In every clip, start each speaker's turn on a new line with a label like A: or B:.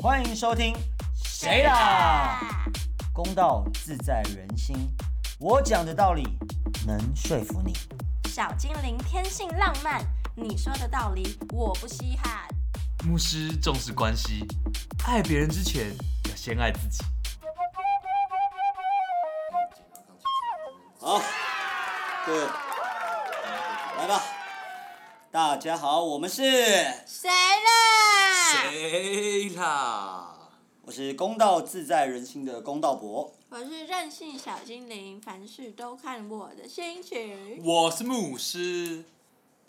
A: 欢迎收听《谁啦》，公道自在人心，我讲的道理能说服你。
B: 小精灵天性浪漫，你说的道理我不稀罕。
C: 牧师重视关系，爱别人之前要先爱自己。
A: 好，各位，来吧，大家好，我们是，
B: 谁啦？
C: 谁啦？
A: 我是公道自在人心的公道伯。
B: 我是任性小精灵，凡事都看我的心情。
C: 我是牧师。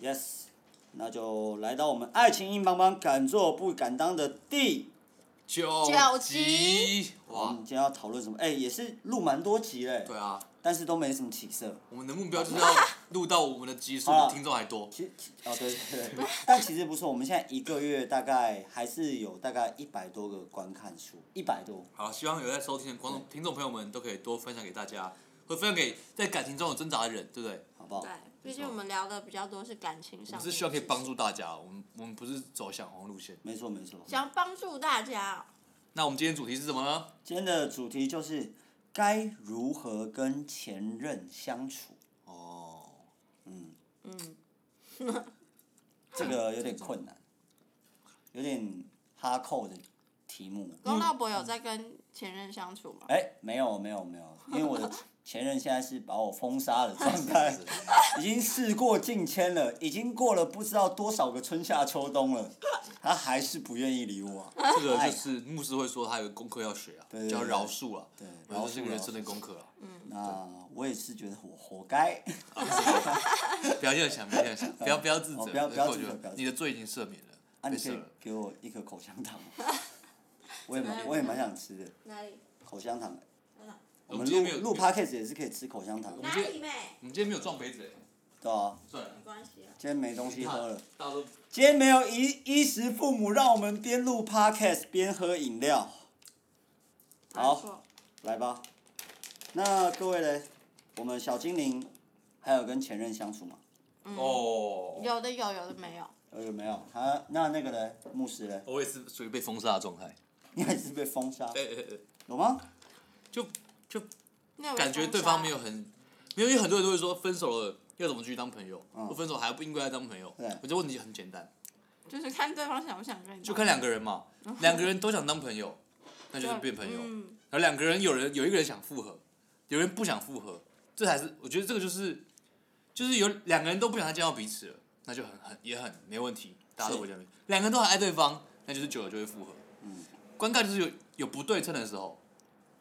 A: Yes，那就来到我们爱情硬邦邦，敢做不敢当的第，
C: 九
B: 九集
A: 我们
C: 哇，
A: 今天要讨论什么？哎、也是录蛮多集嘞，
C: 对啊，
A: 但是都没什么起色。
C: 我们的目标就是要录到我们的集数
A: 好了
C: 听众还多。
A: 其实其哦对对 对，但其实不是，我们现在一个月大概还是有大概一百多个观看数，一百多。
C: 好，希望有在收听的观众、听众朋友们都可以多分享给大家，或分享给在感情中有挣扎的人，对不对？
A: 好不好
B: 对？，毕竟我们聊的比较多是感情
C: 我
B: 上
C: 们
B: 面，
C: 是希望可以帮，助大家，我们我们不是走向红路线。
A: 没错没错。
B: 想帮助大家哦。
C: 那我们今天主题是什么呢？
A: 今天的主题就是该如何跟前任相处，
C: 哦，
B: 嗯，
A: 这个有点困难，有点哈扣的题目。
B: 公道伯有在跟前任相处吗？
A: 哎、没有没有没有，因为我的前任现在是把我封杀的状态，已经事过境迁了，已经过了不知道多少个春夏秋冬了，他还是不愿意理我啊、
C: 这个就是牧师会说他有个功课要学啊，
A: 对对
C: 叫饶恕啊，
A: 对
C: 我觉得这是
A: 饶
C: 个
A: 恕
C: 人生的功课啊，
A: 那我也是觉得我活该，
C: 不要这样想，不要这样想，不要不要自责，
A: 哦不要不要
C: 我觉
A: 自责
C: 得
A: 不要自责
C: 你的罪已经赦免了，
A: 啊，
C: 被
A: 你可
C: 赦
A: 以
C: 了。
A: 给我一颗口香糖 吗，我也
B: 怎
A: 蛮
B: 么样嗯
A: 我也蛮想吃的
B: 哪里？
A: 口香糖。我
C: 我
A: 们
C: 们今天没
A: 录
C: 有
A: 录 podcast 也是可以吃口香糖的，
B: 哪
C: 今天
B: 里妹？
C: 我们今天没有撞杯子欸，
A: 对啊，
C: 算了
B: 没，关系啊。
A: 今天没东西喝了，
C: 大家都
A: 今天没有衣衣食父母，让我们边录 podcast 边喝饮料。好
B: 不错，
A: 来吧。那各位嘞，我们小精灵还有跟前任相处吗？
B: 嗯
C: 嗯哦，
B: 有的有，有的没有。
A: 呃，有没有？他那那个嘞，牧师嘞，
C: 我也是属于被封杀的状态，
A: 你也是被封杀，
C: 哎哎哎
A: 有吗？
C: 就就
B: 那有
C: 感觉
B: 封
C: 对
B: 杀
C: 方没有很，没有，因为很多人都会说分手了要怎么继续当朋友，
A: 嗯
C: 我分手还不应该当朋友
A: 对，
C: 我觉得问题很简单，
B: 就是看对方想不想跟你当，
C: 就看两个人嘛，
A: 嗯
C: 两个人都想当朋友，那就是变朋友。
B: 嗯，
C: 然后两个人有人有一个人想复合，有人不想复合，这才是我觉得这个就是就是有两个人都不想再见到彼此了，那就很很也很没问题，大家都不会这样。两个人都很爱对方，那就是久了就会复合。
A: 嗯，
C: 关键就是有有不对称的时候，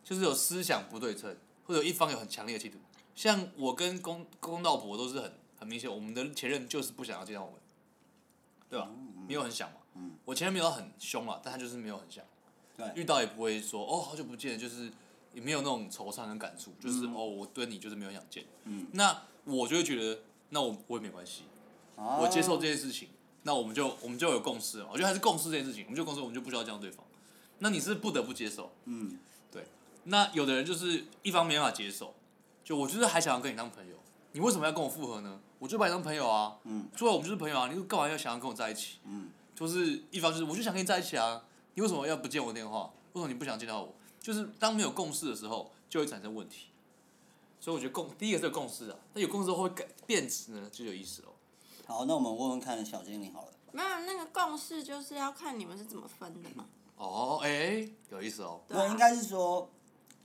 C: 就是有思想不对称，或者有一方有很强烈的企图。像我跟公公道伯都是很很明显，我们的前任就是不想要见到我们，对吧？没有很想嘛。
A: 嗯
C: 我前任没有到很凶啊，但他就是没有很想。
A: 对，
C: 遇到也不会说哦好久不见，就是也没有那种惆怅跟感触，就是、哦我对你就是没有想见。
A: 嗯
C: 那我就会觉得，那我我也没关系，
A: 啊
C: 我接受这件事情，那我们就我们就有共识了。我觉得还是共识这件事情，我们就有共识，我们就不需要这样对方。那你是不得不接受，
A: 嗯，
C: 对。那有的人就是一方没办法接受，就我就是还想要跟你当朋友，你为什么要跟我复合呢？我就把你当朋友啊，
A: 嗯，
C: 对啊，我们就是朋友啊，你干嘛要想要跟我在一起？
A: 嗯，
C: 就是一方就是我就想跟你在一起啊，你为什么要不接我电话？为什么你不想见到我？就是当没有共识的时候，就会产生问题。所以我觉得共第一个是有共识啊，那有共识之后会改变质呢，就有意思哦。
A: 好，那我们问问看小精灵好了，
B: 没有那个共识就是要看你们是怎么分的嘛。
C: 哦，哎、有意思哦。
B: 对啊
A: 那应该是说，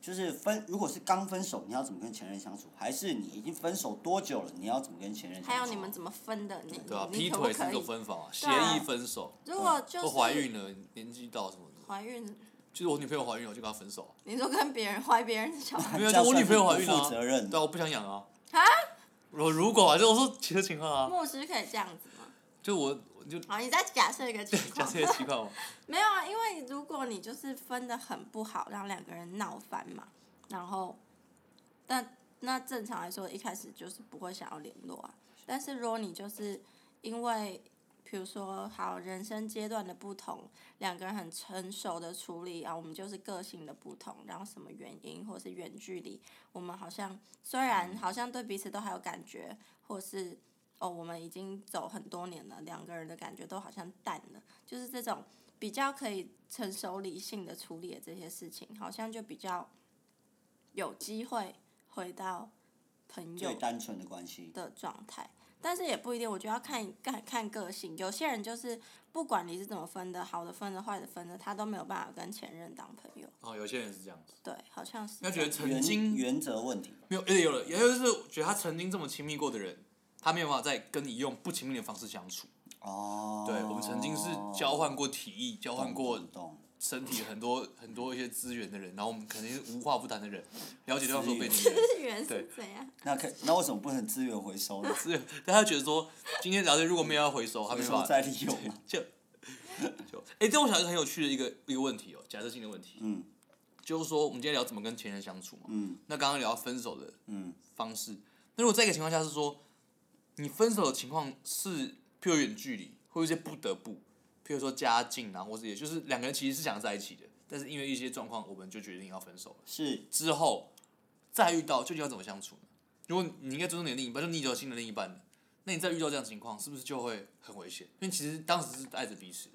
A: 就是分，如果是刚分手，你要怎么跟前任相处？还是你已经分手多久了，你要怎么跟前任相处？
B: 还有你们怎么分的？你
C: 对啊，
B: 你
C: 劈
B: 可不
C: 腿是
B: 可
C: 一种
B: 以？
C: 分法、啊，协
B: 啊
C: 议分手，
B: 如果就
C: 或
B: 是
C: 怀孕了，年纪到什么的，
B: 怀孕，
C: 就是我女朋友怀孕了，我就跟她分手啊、
B: 你说跟别人 怀别人的小孩，
C: 没有，
A: 这样
C: 就我女朋友怀孕了、
A: 算是不负责任
C: 对啊，我不想养啊。
B: 啊？
C: 我如果啊，就我说其他情况啊，
B: 牧师可以这样子吗？
C: 就我我就
B: 好，你再假设一个情
C: 讲
B: 况
C: 这，些情况嘛。
B: 没有啊，因为如果你就是分的很不好，让两个人闹翻嘛，然后，但那正常来说一开始就是不会想要联络啊。但是如果你就是因为，比如说好人生阶段的不同，两个人很成熟的处理啊，我们就是个性的不同，然后什么原因或是远距离，我们好像虽然好像对彼此都还有感觉，或是哦，我们已经走很多年了，两个人的感觉都好像淡了，就是这种比较可以成熟理性的处理的这些事情，好像就比较有机会回到朋友
A: 最单纯的关系。
B: 的状态。但是也不一定，我觉得要看看看个性。有些人就是不管你是怎么分的，好的分的、坏的分的，他都没有办法跟前任当朋友。
C: 哦，有些人是这样子，
B: 对，好像是这
C: 他
B: 样。
C: 觉得曾
A: 原
C: 经
A: 原则问题，
C: 没有，而且有了，也就是觉得他曾经这么亲密过的人，他没有办法再跟你用不亲密的方式相处。
A: 哦，
C: 对，我们曾经是交换过体意，交换过
A: 懂懂
C: 身体很多 很多一些资源的人，然后我们肯定是无话不谈的人，了解对方所有背景的人。
B: 资源是
C: 对
B: 怎样？
A: 那可那为什么不能资源回收呢？
C: 是， 但他觉得说今天聊天如果没有要回收，他
A: 回
C: 啊没
A: 收
C: 办法
A: 再利用嘛？
C: 就就哎，这我想一个很有趣的一个一个问题哦，假设性的问题，
A: 嗯
C: 就是说我们今天聊怎么跟前任相处嘛，
A: 嗯
C: 那刚刚聊到分手的
A: 嗯，
C: 方式，那如果在一个情况下是说，你分手的情况是譬如远距离，或者一些不得不，譬如说家境啊，或者也就是两个人其实是想在一起的，但是因为一些状况，我们就决定要分手了。
A: 是
C: 之后再遇到，究竟要怎么相处呢？如果你应该尊重你的另一半，就你已经有新的另一半了，那你再遇到这样的情况，是不是就会很危险？因为其实当时是爱着彼此，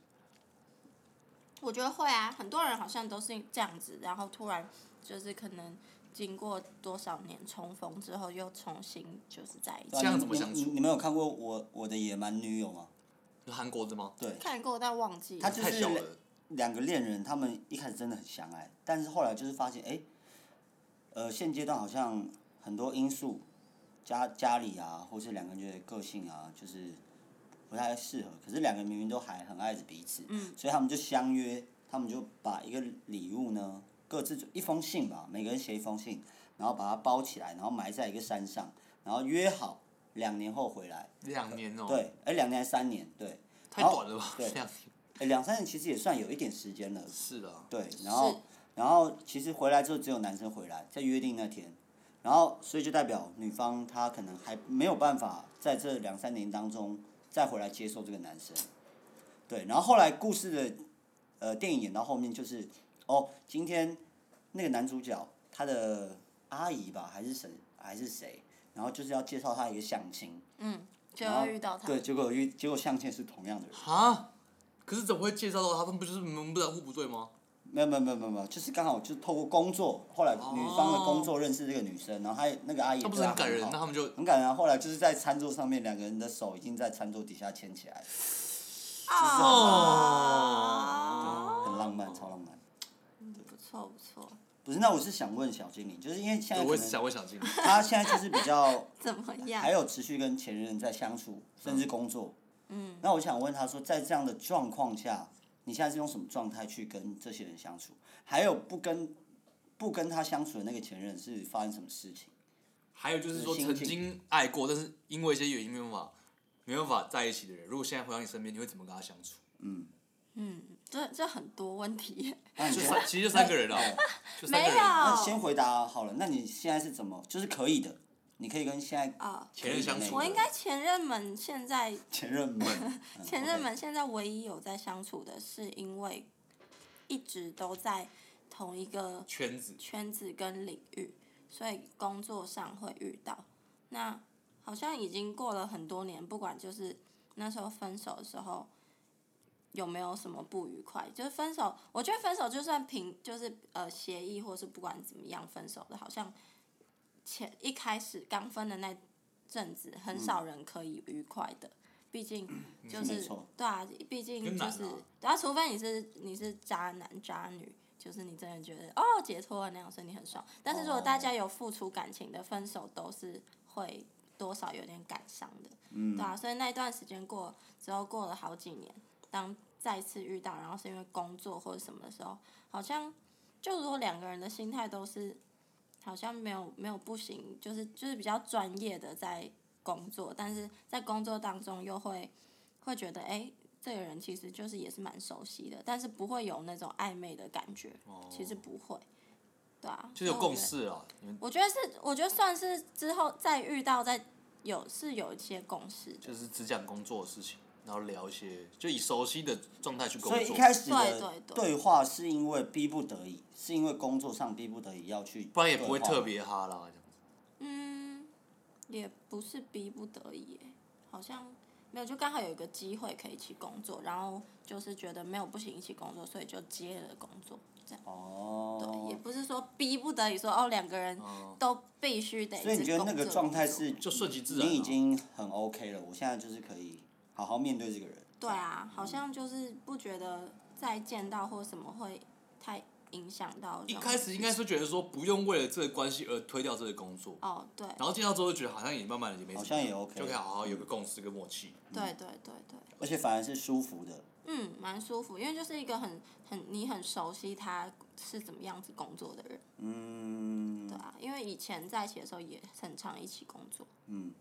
B: 我觉得会啊，很多人好像都是这样子，然后突然就是可能经过多少年重逢之后，又重新就是在一
A: 对啊
B: 起。
C: 这样
A: 你
C: 怎么
A: 你
C: 相
A: 你
C: 处
A: 你们有看过我我的野蛮女友吗？
C: 就韩国的吗？
A: 对，
B: 看过但忘记
A: 他
B: 了，
A: 就
C: 太小
A: 是
C: 了，
A: 两个恋人，他们一开始真的很相爱，但是后来就是发现，哎、呃，现阶段好像很多因素，家家里啊，或是两个人觉得个性啊，就是不太适合。可是两个人明明都还很爱着彼此，
B: 嗯
A: 所以他们就相约，他们就把一个礼物呢，各自一封信吧，每个人写一封信，然后把它包起来，然后埋在一个山上，然后约好两年后回来。
C: 两年哦、
A: 对，哎、两年还是三年？对，
C: 太短了吧？
A: 对
C: 两年
A: 哎、两三年其实也算有一点时间了。
C: 是的啊，
A: 对，然后然后其实回来之后只有男生回来，在约定那天，然后所以就代表女方她可能还没有办法在这两三年当中再回来接受这个男生，对，然后后来故事的呃电影演到后面就是哦，今天那个男主角他的阿姨吧还是谁还是谁，然后就是要介绍他一个相亲，
B: 嗯，就
A: 然后
B: 会遇到他
A: 对，。结果遇结果相亲是同样的人。
C: 哈，可是怎么会介绍到他？他们不就是门不当户不对吗？
A: 没有没有没有没有没有，就是刚好就是透过工作，后来女方的工作认识这个女生，然后她也那个阿姨
C: 哦那
A: 对
C: 不是
A: 她
C: 很感
A: 很
C: 人？那
A: 好，
C: 他们就
A: 很感人啊。后来就是在餐桌上面，两个人的手已经在餐桌底下牵起来，
B: 哦，
A: 很浪漫，超浪漫。
B: 不错不错，
A: 不是，那我是想问小精灵，就是因为现在
C: 我
A: 可
C: 也是
A: 能
C: 想，我也 想进。
A: 她现在就是比较
B: 怎么样
A: 还？有持续跟前任在相处，甚至工作。
B: 嗯，
A: 那我想问他说，在这样的状况下，你现在是用什么状态去跟这些人相处？还有不跟不跟他相处的那个前任是发生什么事情？
C: 还有就是说，曾经爱过，但是因为一些原因没办法，没办法在一起的人，如果现在回到你身边，你会怎么跟他相处？
B: 嗯，这这很多问题。
A: 那你
C: 就
A: 觉得
C: 三，其实就三个人了
A: 对，
C: 就 三个
B: 没有
C: 人，
A: 那先回答好了，那你现在是怎么？就是可以的，你可以跟现在
B: 啊
A: 前任的那个
C: 前任相处
B: 我应该前任们现在
A: 前任们， 嗯
B: 前任
A: OK
B: 们现在唯一有在相处的，是因为一直都在同一个
C: 圈子
B: 圈子跟领域，所以工作上会遇到。那好像已经过了很多年，不管就是那时候分手的时候有没有什么不愉快，就是分手，我觉得分手就算平就是呃协议或是不管怎么样分手的，好像前一开始刚分的那阵子，很
C: 嗯
B: 少人可以愉快的。毕竟就是
A: 没
B: 是
A: 错
B: 对啊，毕竟
C: 跟
B: 就
C: 男
B: 是
C: 啊
B: 对啊，除非你是你是渣男渣女，就是你真的觉得哦解脱了那样，所以你很爽。但是如果
A: 哦
B: 大家有付出感情的，分手都是会多少有点感伤的，对啊，所以那一段时间过之后，过了好几年，当再次遇到，然后是因为工作或者什么的时候，好像就如果两个人的心态都是好像没有没有不行，就是就是比较专业的在工作，但是在工作当中又会会觉得哎。诶这个人其实就是也是蛮熟悉的，但是不会有那种暧昧的感觉，其实不会，对啊，
C: 哦就是
B: 所以
C: 有
B: 我
C: 共
B: 觉得
C: 识了。你们
B: 我觉得是，我觉得算是之后再遇到再有是有一些共识的，
C: 就是只讲工作的事情，然后聊一些就以熟悉的状态去工
A: 所以一
C: 作，
A: 开始
B: 对
A: 的
B: 对对
A: 对话是因为逼不得已，是因为工作上逼不得已要去，
C: 不然也不会特别哈啦这样子。
B: 嗯，也不是逼不得已耶，好像没有，就刚好有一个机会可以一起工作，然后就是觉得没有不行一起工作，所以就接了工作，这样。
A: 哦，
B: 对，也不是说逼不得已说哦，两个人
C: 哦
B: 都必须得一直
A: 所以你觉得那
B: 工
A: 个
B: 作
A: 状态
B: 工作
A: 是
C: 就顺其自然啊
A: 你已经很 OK 了，我现在就是可以好好面对这个人。
B: 对啊，
A: 嗯
B: 好像就是不觉得再见到或什么会太影响到
C: 一
B: 人。
C: 开始应该是觉得说不用为了这个关系而推掉这个工作，
B: 哦，对，
C: 然后见到之后就觉得好像也慢慢的也没什么，
A: 好像也 OK
C: 就可以好好有个共识跟默契。
B: 对对对对，
A: 而且反而是舒服的。
B: 嗯，蛮舒服，因为就是一个很很你很熟悉他是怎么样子工作的人，
A: 嗯
B: 对，啊，因为以前在一起的时候也很常一起工作，
A: 嗯，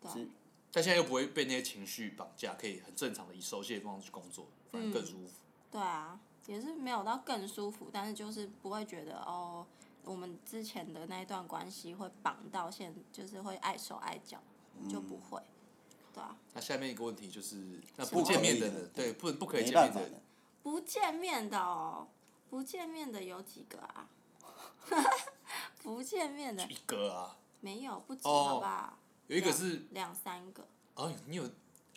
B: 对啊
A: 是
C: 但现在又不会被那些情绪绑架，可以很正常的以熟悉的方式去工作，反而更舒服。
B: 对啊，也是没有到更舒服，但是就是不会觉得哦，我们之前的那一段关系会绑到现，就是会碍手碍脚，就
C: 嗯
B: 不会，对啊，
C: 那下面一个问题就是，那
A: 不
C: 不
A: 可
C: 见面
A: 以
C: 的
A: 的
C: 人，对，不不可以
A: 没
C: 见
A: 办
C: 面
A: 法
C: 的
A: 的
C: 人，。
B: 不见面的哦，不见面的有几个啊？ 不见面的
C: 一个啊，
B: 没有，不止
C: 哦
B: 好吧？
C: 有一个是
B: 两三个，
C: 哦，你有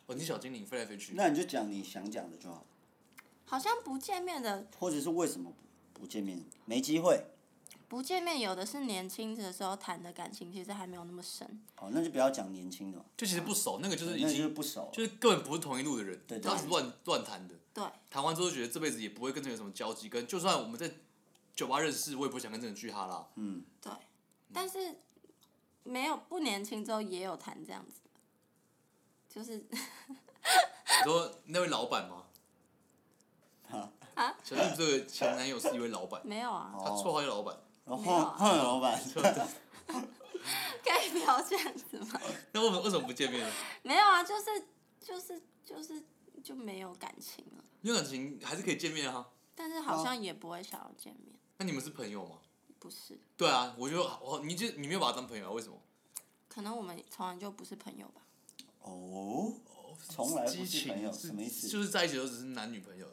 C: 哦，你小精灵飞来飞去，
A: 那你就讲你想讲的就好，
B: 好像不见面的，
A: 或者是为什么不见面？没机会。
B: 不见面有的是年轻的时候谈的感情，其实还没有那么深。
A: 哦，那就不要讲年轻的嘛，
C: 就其实不熟，那个就是已
A: 那就是
C: 经
A: 不熟。
C: 就是根本不是同一路的人
A: 对，对
C: 当时乱乱谈的，
B: 对
C: 谈完之后觉得这辈子也不会跟这个有什么交集，跟就算我们在酒吧认识，我也不会想跟这个人去哈啦。
A: 嗯，
B: 对，但是没有不年轻之后也有谈这样子的，就是
C: 你说那位老板吗？
A: 好，
C: 小俊这个前男友是一位老板，
B: 没有啊，
A: 哦
C: 他绰号叫老板。
A: 然
B: 没有
A: 后
B: 啊
A: 换老板，
C: 啊
B: 可以不要这样子吗？
C: 那为什么为什么不见面呢？
B: 没有啊，就是就是就是就没有感情了，
C: 因为感情还是可以见面啊。
B: 但是好像也不会想要见面，
C: 那你们是朋友吗？
B: 不是。
C: 对啊，我就我你就你没有把他当朋友啊？为什么？
B: 可能我们从来就不是朋友吧。
A: 哦，从来不
C: 激
A: 是
C: 情
A: 朋友，
C: 是
A: 什么意思？
C: 就是在一起都只是男女朋友。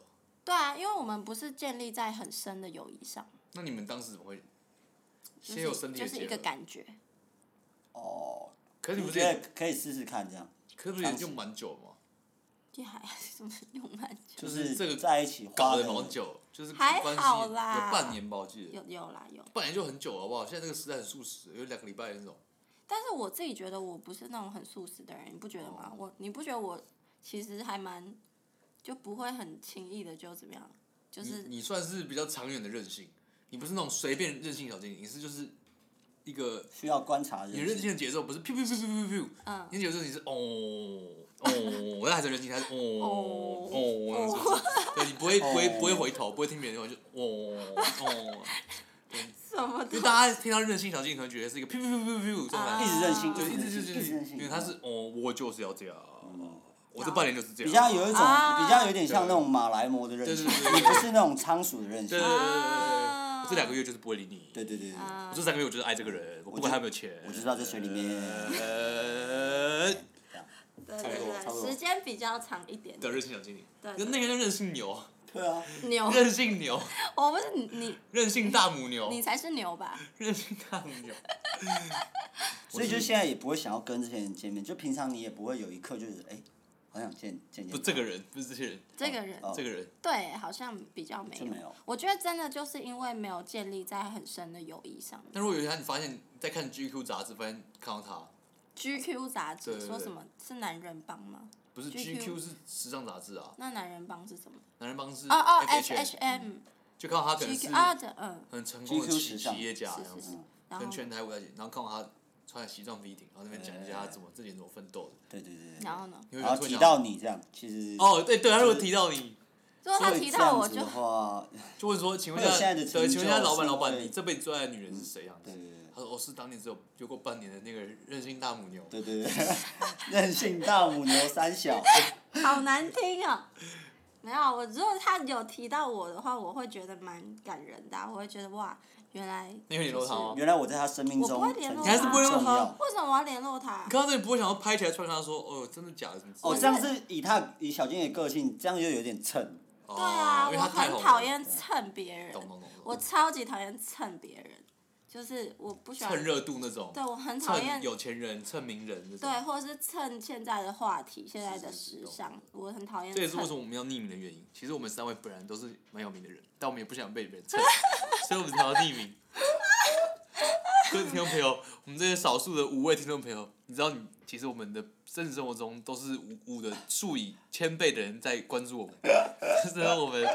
B: 对啊，因为我们不是建立在很深的友谊上，
C: 那你们当时怎么会
B: 就
C: 先有
B: 是
C: 身体
B: 就
C: 的
B: 是一
C: 结合
B: 个？感觉。
A: 哦，
C: 可是你
A: 你
C: 不
A: 觉
C: 是
A: 得
C: 也
A: 可以试试看这样，
C: 可是不是也就蛮久了吗？
B: 也还什么用蛮
A: 就
B: 久，
C: 就是这个
A: 在一起花
C: 搞
A: 的
C: 得蛮久，就是
B: 还
C: 关系
B: 好
C: 有
B: 啦
C: 半年吧，我记得
B: 有有啦有。
C: 半年就很久了，好不好？现在这个时代很速食，有两个礼拜那种。
B: 但是我自己觉得我不是那种很素食的人，你不觉得
C: 哦
B: 吗？我你不觉得我其实还蛮就不会很轻易的就怎么样，就
C: 你
B: 是
C: 你算是比较长远的任性，你不是那种随便任性小精灵，你是就是一个
A: 需要观察
C: 你的
A: 人
C: 任
A: 性。
C: 性的节奏不是 p 噗噗噗噗噗噗，
B: 嗯
C: 你的节奏你是哦哦，那还是任性，还是哦哦那种节奏，对你不会
A: 哦
C: 不会不会回头，不会听别人的话，就哦哦，
B: 什么
C: 因
B: 的。
C: 为大家听到任性小精灵可能觉得是一个 p 噗噗噗噗噗状态，
A: 一直任性，
B: 啊
A: 就是
C: 对，一直
A: 任
C: 就是
A: 哦性，一直任性，嗯
C: 因为他是哦，我就是要这样，我这半年就是这
A: 比
C: 样，
A: 较有一种，
B: 啊
A: 比较有点像那种马来貘的任性，
C: 对对对对
A: 你不是那种仓鼠的任性
C: 对对对对对，。我这两个月就是不会理你，
A: 对对对对，
C: 我
B: 啊
C: 这三个月我就是爱这个人，我不管他有没有钱，
A: 我就知道在水里面
C: 呃
A: 这样
B: 对
A: 差
B: 对
A: 不多差不
B: 对，
A: 多
B: 时间比较长一点。
C: 的任性小精灵，
B: 对哦
C: 就那个叫任性牛，
A: 对啊，
B: 牛，
C: 任性牛。
B: 我不是你你
C: 任性大母牛，
B: 你才是牛吧？
C: 任性大母牛，
A: 所以就现在也不会想要跟这些人见面，就平常你也不会有一刻就是哎，好想见见见。
C: 不，这个人不是这些人，
B: 这个人
A: 哦
C: 这个人
B: 对，好像比较没
A: 就
B: 有。
A: 没有
B: 我觉得真的就是因为没有建立在很深的友谊上面。
C: 那如果有一天你发现你在看 GQ 杂志，发现看到他，
B: GQ 杂志
C: 对对
B: 说
C: 对
B: 什么是男人帮吗？
C: 不是
B: GQ
C: GQ 是时尚杂志啊，
B: 那男人帮是什么？
C: 男人帮是
B: 哦哦
C: H
B: ，H M
C: 就看到他可能是
B: GQ 啊的嗯，
C: 很成功的嗯
A: GQ
C: 企
A: 时尚
C: 企业家这样
B: 是是
C: 子
A: 嗯
B: 是，，然
C: 跟
B: 后
C: 全台舞台姐，然后看到他穿着西装笔挺，然后那边讲一下他怎么这几年怎么奋斗的，
A: 对对对对。
B: 然后呢？
C: 你会
A: 哎然后
C: 突然
A: 提
C: 想
A: 到你这样，其实
C: 哦，对对，他如果
A: 就是
C: 提到你，
B: 如果他提到我就
A: 的话，
C: 就问说，请问
A: 会
C: 一
A: 有现在
C: 下，
A: 的成
C: 对，请问一下
A: 就
C: 老板，
A: 是
C: 老板，
A: 对
C: 你这辈子最爱的女人是谁样子
A: 对？对对
C: 他说，哦，是当年只有有过半年的那个任性大母牛。
A: 对对 对，任性大母牛三 小，
B: 好难听啊！没有，我如果他有提到我的话，我会觉得蛮感人的啊、我会觉得哇，原来
C: 你哦会联络他吗
A: 原来我在他生命中
B: 我不会
A: 存
B: 联络
A: 在
B: 你还是不会
C: 联络
A: 重
C: 他
A: 要。哦
B: 为什么我要联络他啊
C: 你？看到这里不会想要拍起来传给他说，哦，真的假的什么之类
A: 哦，
C: 的？
A: 这样是以他以小金的个性，这样就有点蹭。
C: 哦
B: 对啊，
C: 因为
B: 我
C: 他太
B: 很
C: 红了
B: 讨。厌蹭别人
C: 懂懂懂，懂
B: 我超级讨厌蹭别人。就是我不喜欢
C: 蹭，热度那种，
B: 对我很讨厌
C: 蹭有钱人、蹭名人那种。
B: 对，或者是蹭现在的话题、现在的
C: 是
B: 时
C: 是
B: 尚，我很讨厌。
C: 这
B: 蹭。
C: 也是为什么我们要匿名的原因。其实我们三位本来都是蛮有名的人，但我们也不想被别人 蹭，所以我们才要匿名。各位听众朋友，我们这些少数的五位听众朋友，你知道你，其实我们的真实生活中都是五五的数以千倍的人在关注我们， 就是让我们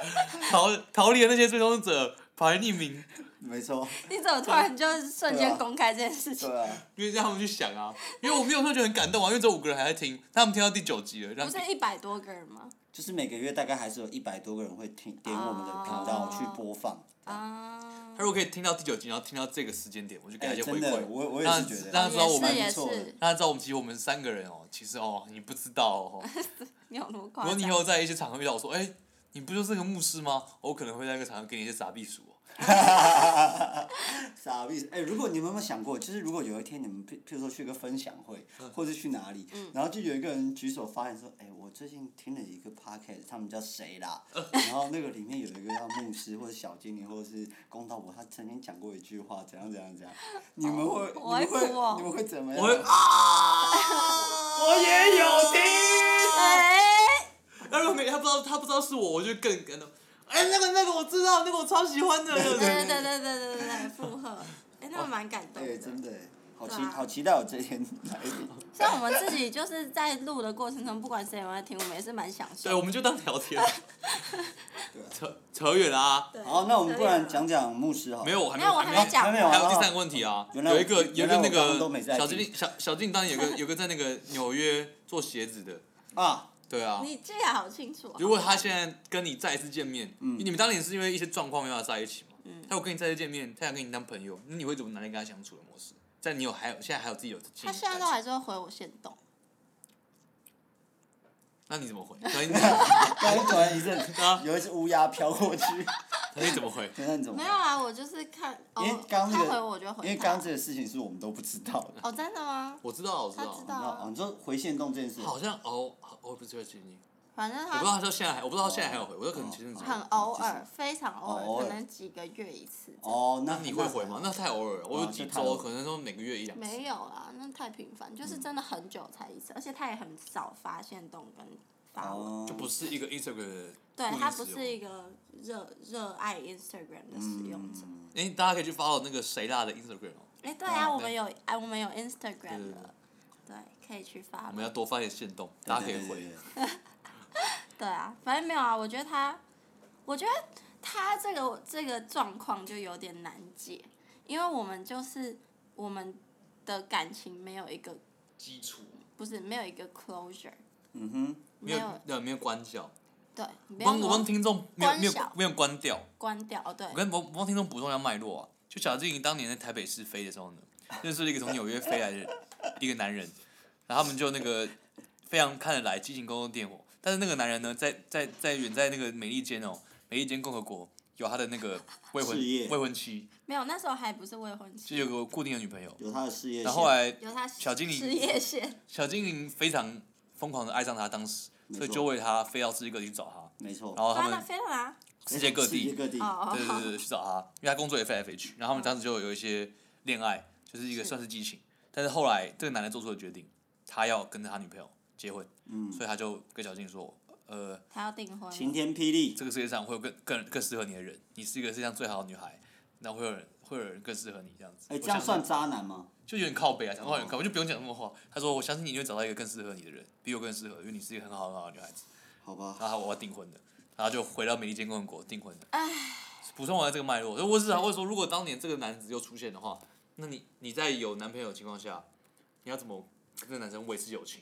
C: 逃逃离了那些追踪者，跑来匿名，
A: 没 错，
B: 你怎么突然就瞬
A: 对啊
B: 间公开这件事情？
A: 对啊，
C: 因为让他们去想啊，因为我没有时候觉得很感动啊，因为这五个人还在听，他们听到第九集了，让
B: 不是一百多个人吗？
A: 就是每个月大概还是有一百多个人会听点我们的频道
B: 哦
A: 去播放。
B: 啊
C: 他，如果可以听到第九集，然后听到这个时间点，我就给
A: 哎、
C: 他一些回
A: 真
C: 馈。
A: 的，我我也
C: 让
A: 是觉得
C: 让他知道我们
B: 也
A: 不
B: 是
A: 错的
B: 也是，
C: 大家知道我们其实我们三个人哦，其实哦你不知道哦，
B: 你有那么
C: 如
B: 夸
C: 果
B: 张？
C: 你以后在一些场合遇到我说，哎、你不就是个牧师吗？我可能会在那个场合给你一些傻避暑哦。
A: 傻逼。哎、如果你们有没有想过，就是如果有一天你们譬譬如说去个分享会，
B: 嗯
A: 或者去哪里，然后就有一个人举手发言说：“哎、我最近听了一个 podcast，他们叫谁啦？” 然后那个里面有一个叫牧师或者小精灵或者是公道伯，他曾经讲过一句话，怎样怎样怎 样，你们会、
B: 我会
A: 你们
B: 哭哦
A: 会你们会怎么样？
C: 我会 啊，我也有听。
B: 哎，
C: 那如果没他不知道他不知道是我，我就更感动。哎、那个那个我知道，那个我超喜欢 的。
B: 对对对对对对对 对，附和，哎，那蛮感动
A: 哎、真
B: 的。
A: 的，好期、
B: 对啊
A: 好期待我这一天 来临。
B: 像我们自己就是在录的过程中，不管谁有没有听，我们也是蛮享
C: 对，
B: 受
C: 我
B: 的。
C: 们就当聊天，
A: 对啊
C: 扯扯远了啊。
B: 对
A: 好，那我们不然讲
B: 可以
A: 讲牧师好了。
C: 没有，我还没
B: 没有，我
C: 没
B: 还没讲
A: 还哦
B: 完，
A: 没有
C: 还有第三个问题啊，
A: 原来
C: 有一个有一
A: 哦原
C: 个
A: 来
C: 那
A: 我刚刚都
C: 个
A: 没在
C: 小
A: 听
C: 精灵小小精灵当然有个有个在那个纽约做鞋子的，
A: 啊，
C: 对啊。
B: 你记得好清楚哦。
C: 如果他现在跟你再一次见面，
A: 嗯
C: 你们当年是因为一些状况没办法在一起嘛？
B: 嗯
C: 他如果跟你再次见面，他想跟你当朋友，那你会怎么拿来跟他相处的模式？在你有还有现在还有自己有自己
B: 他
C: 的
B: 现在都
C: 感情
B: 还是会回我先动，
C: 那你怎么回？那 你怎么
A: 刚刚突然一阵，
C: 啊
A: 有一只乌鸦飘过去，
C: 那你怎么回？
A: 等等怎么
B: 没
A: 办？
B: 有啊，我就是看，哦
A: 因为刚，
B: 他
A: 这
B: 回
A: 个
B: 我就回他。
A: 因为刚这个事情是我们都不知道 的。
B: 哦，真的吗？
C: 我知道，我知
B: 他
C: 道，
B: 知
A: 你知道
B: 道
A: 哦，，你说回线动这件事，
C: 好像哦，好我不是会去你，
B: 反正
C: 我不
B: 他
C: 知道他到现在还，我不知道他现在还有
A: 哦
C: 回，我说可能前阵子有回。
B: 很偶
A: 就
B: 尔，
A: 是
B: 非常偶
A: 偶
B: 尔，
A: 尔
B: 可能几个月一次。
A: 哦，那
C: 那你会回吗？？那太偶尔了，我有几
A: 哦这太偶
C: 周，
A: 尔
C: 可能说每个月一两次。
B: 没有啦，那太频繁，就是真的很久才一次，而且他也很少发现动跟发文，
A: 哦，
C: 就不是一个 Instagram 的
B: 对
C: 固定
B: 他不
C: 使
B: 是
C: 用
B: 一个热热爱 Instagram 的使用者。
A: 嗯，
C: 哎，大家可以去 follow 那个谁辣的 Instagram 哦，
B: 哎、对啊，
C: 哦
B: 我们
C: 对
B: 有哎，我们有
C: 对对
B: Instagram 了，对，可以去发
C: 我。们要多发点线动，
A: 对
C: 大家可以
A: 对对
C: 回
A: 对。
B: 对啊，反正没有啊，我觉得他，我觉得他这个这个状况就有点难解，因为我们就是我们的感情没有一个
C: 基础。
B: 不是没有一个 closure，
A: 嗯哼，
B: 没
C: 没有
B: 有
C: 对，没有关哦掉。
B: 对，
C: 我
B: 没
C: 帮我帮
B: 有
C: 听众没有没有
B: 关小
C: 没有关掉。
B: 关掉，哦对
C: 我，跟我我帮听众补充一下脉络啊，就小静当年在台北市飞的时候呢， 认识了一个从纽约飞来的一个男人，然后他们就那个非常看得来，激情沟通电火。但是那个男人呢，在在在远在那个美利坚哦，美利坚共和国有他的那个未婚
A: 事业
C: 未婚妻，
B: 没有那时候还不是未婚
C: 就
B: 妻，
C: 有个固定的女朋友。
A: 有他的事业线，
C: 然后后来
B: 有他
C: 小精灵
B: 事业线，
C: 小精灵非常疯狂的爱上他，当时
A: 没
C: 所以
A: 错
C: 就为他飞到世界各地去找他，
A: 没错，
C: 然后哦他
B: 翻了
C: 们
B: 飞了啦，
C: 世界各
A: 世
C: 地
A: 界各地，
B: 哦
C: 对对对，对，去找他，因为他工作也飞来飞去，然后他们当时就有一些恋爱，就是一个
B: 是
C: 算是激情，但是后来这个男的做出了决定，他要跟他女朋友结婚，
A: 嗯，
C: 所以他就跟小静说，呃，
B: 他要订婚
A: 晴
B: 了，
A: 天霹雳，
C: 这个世界上会有更更更适合你的人，你是一个世界上最好的女孩，那会有人会有人更适合你这样子，
A: 哎，
C: 我
A: 这样
C: 相信
A: 算哦渣男吗？
C: 就有点靠北啊，讲话有点靠北，就不用讲那么多话。他说我相信你会找到一个更适合你的人，比我更适合，因为你是一个很好很好的女孩子，
A: 好吧，哦
C: 然后我要订婚的，然后就回到美利坚共和国订婚的。补充完这个脉络，我只想问说，如果当年这个男子又出现的话，那你你在有男朋友的情况下，你要怎么跟这个男生维持友情，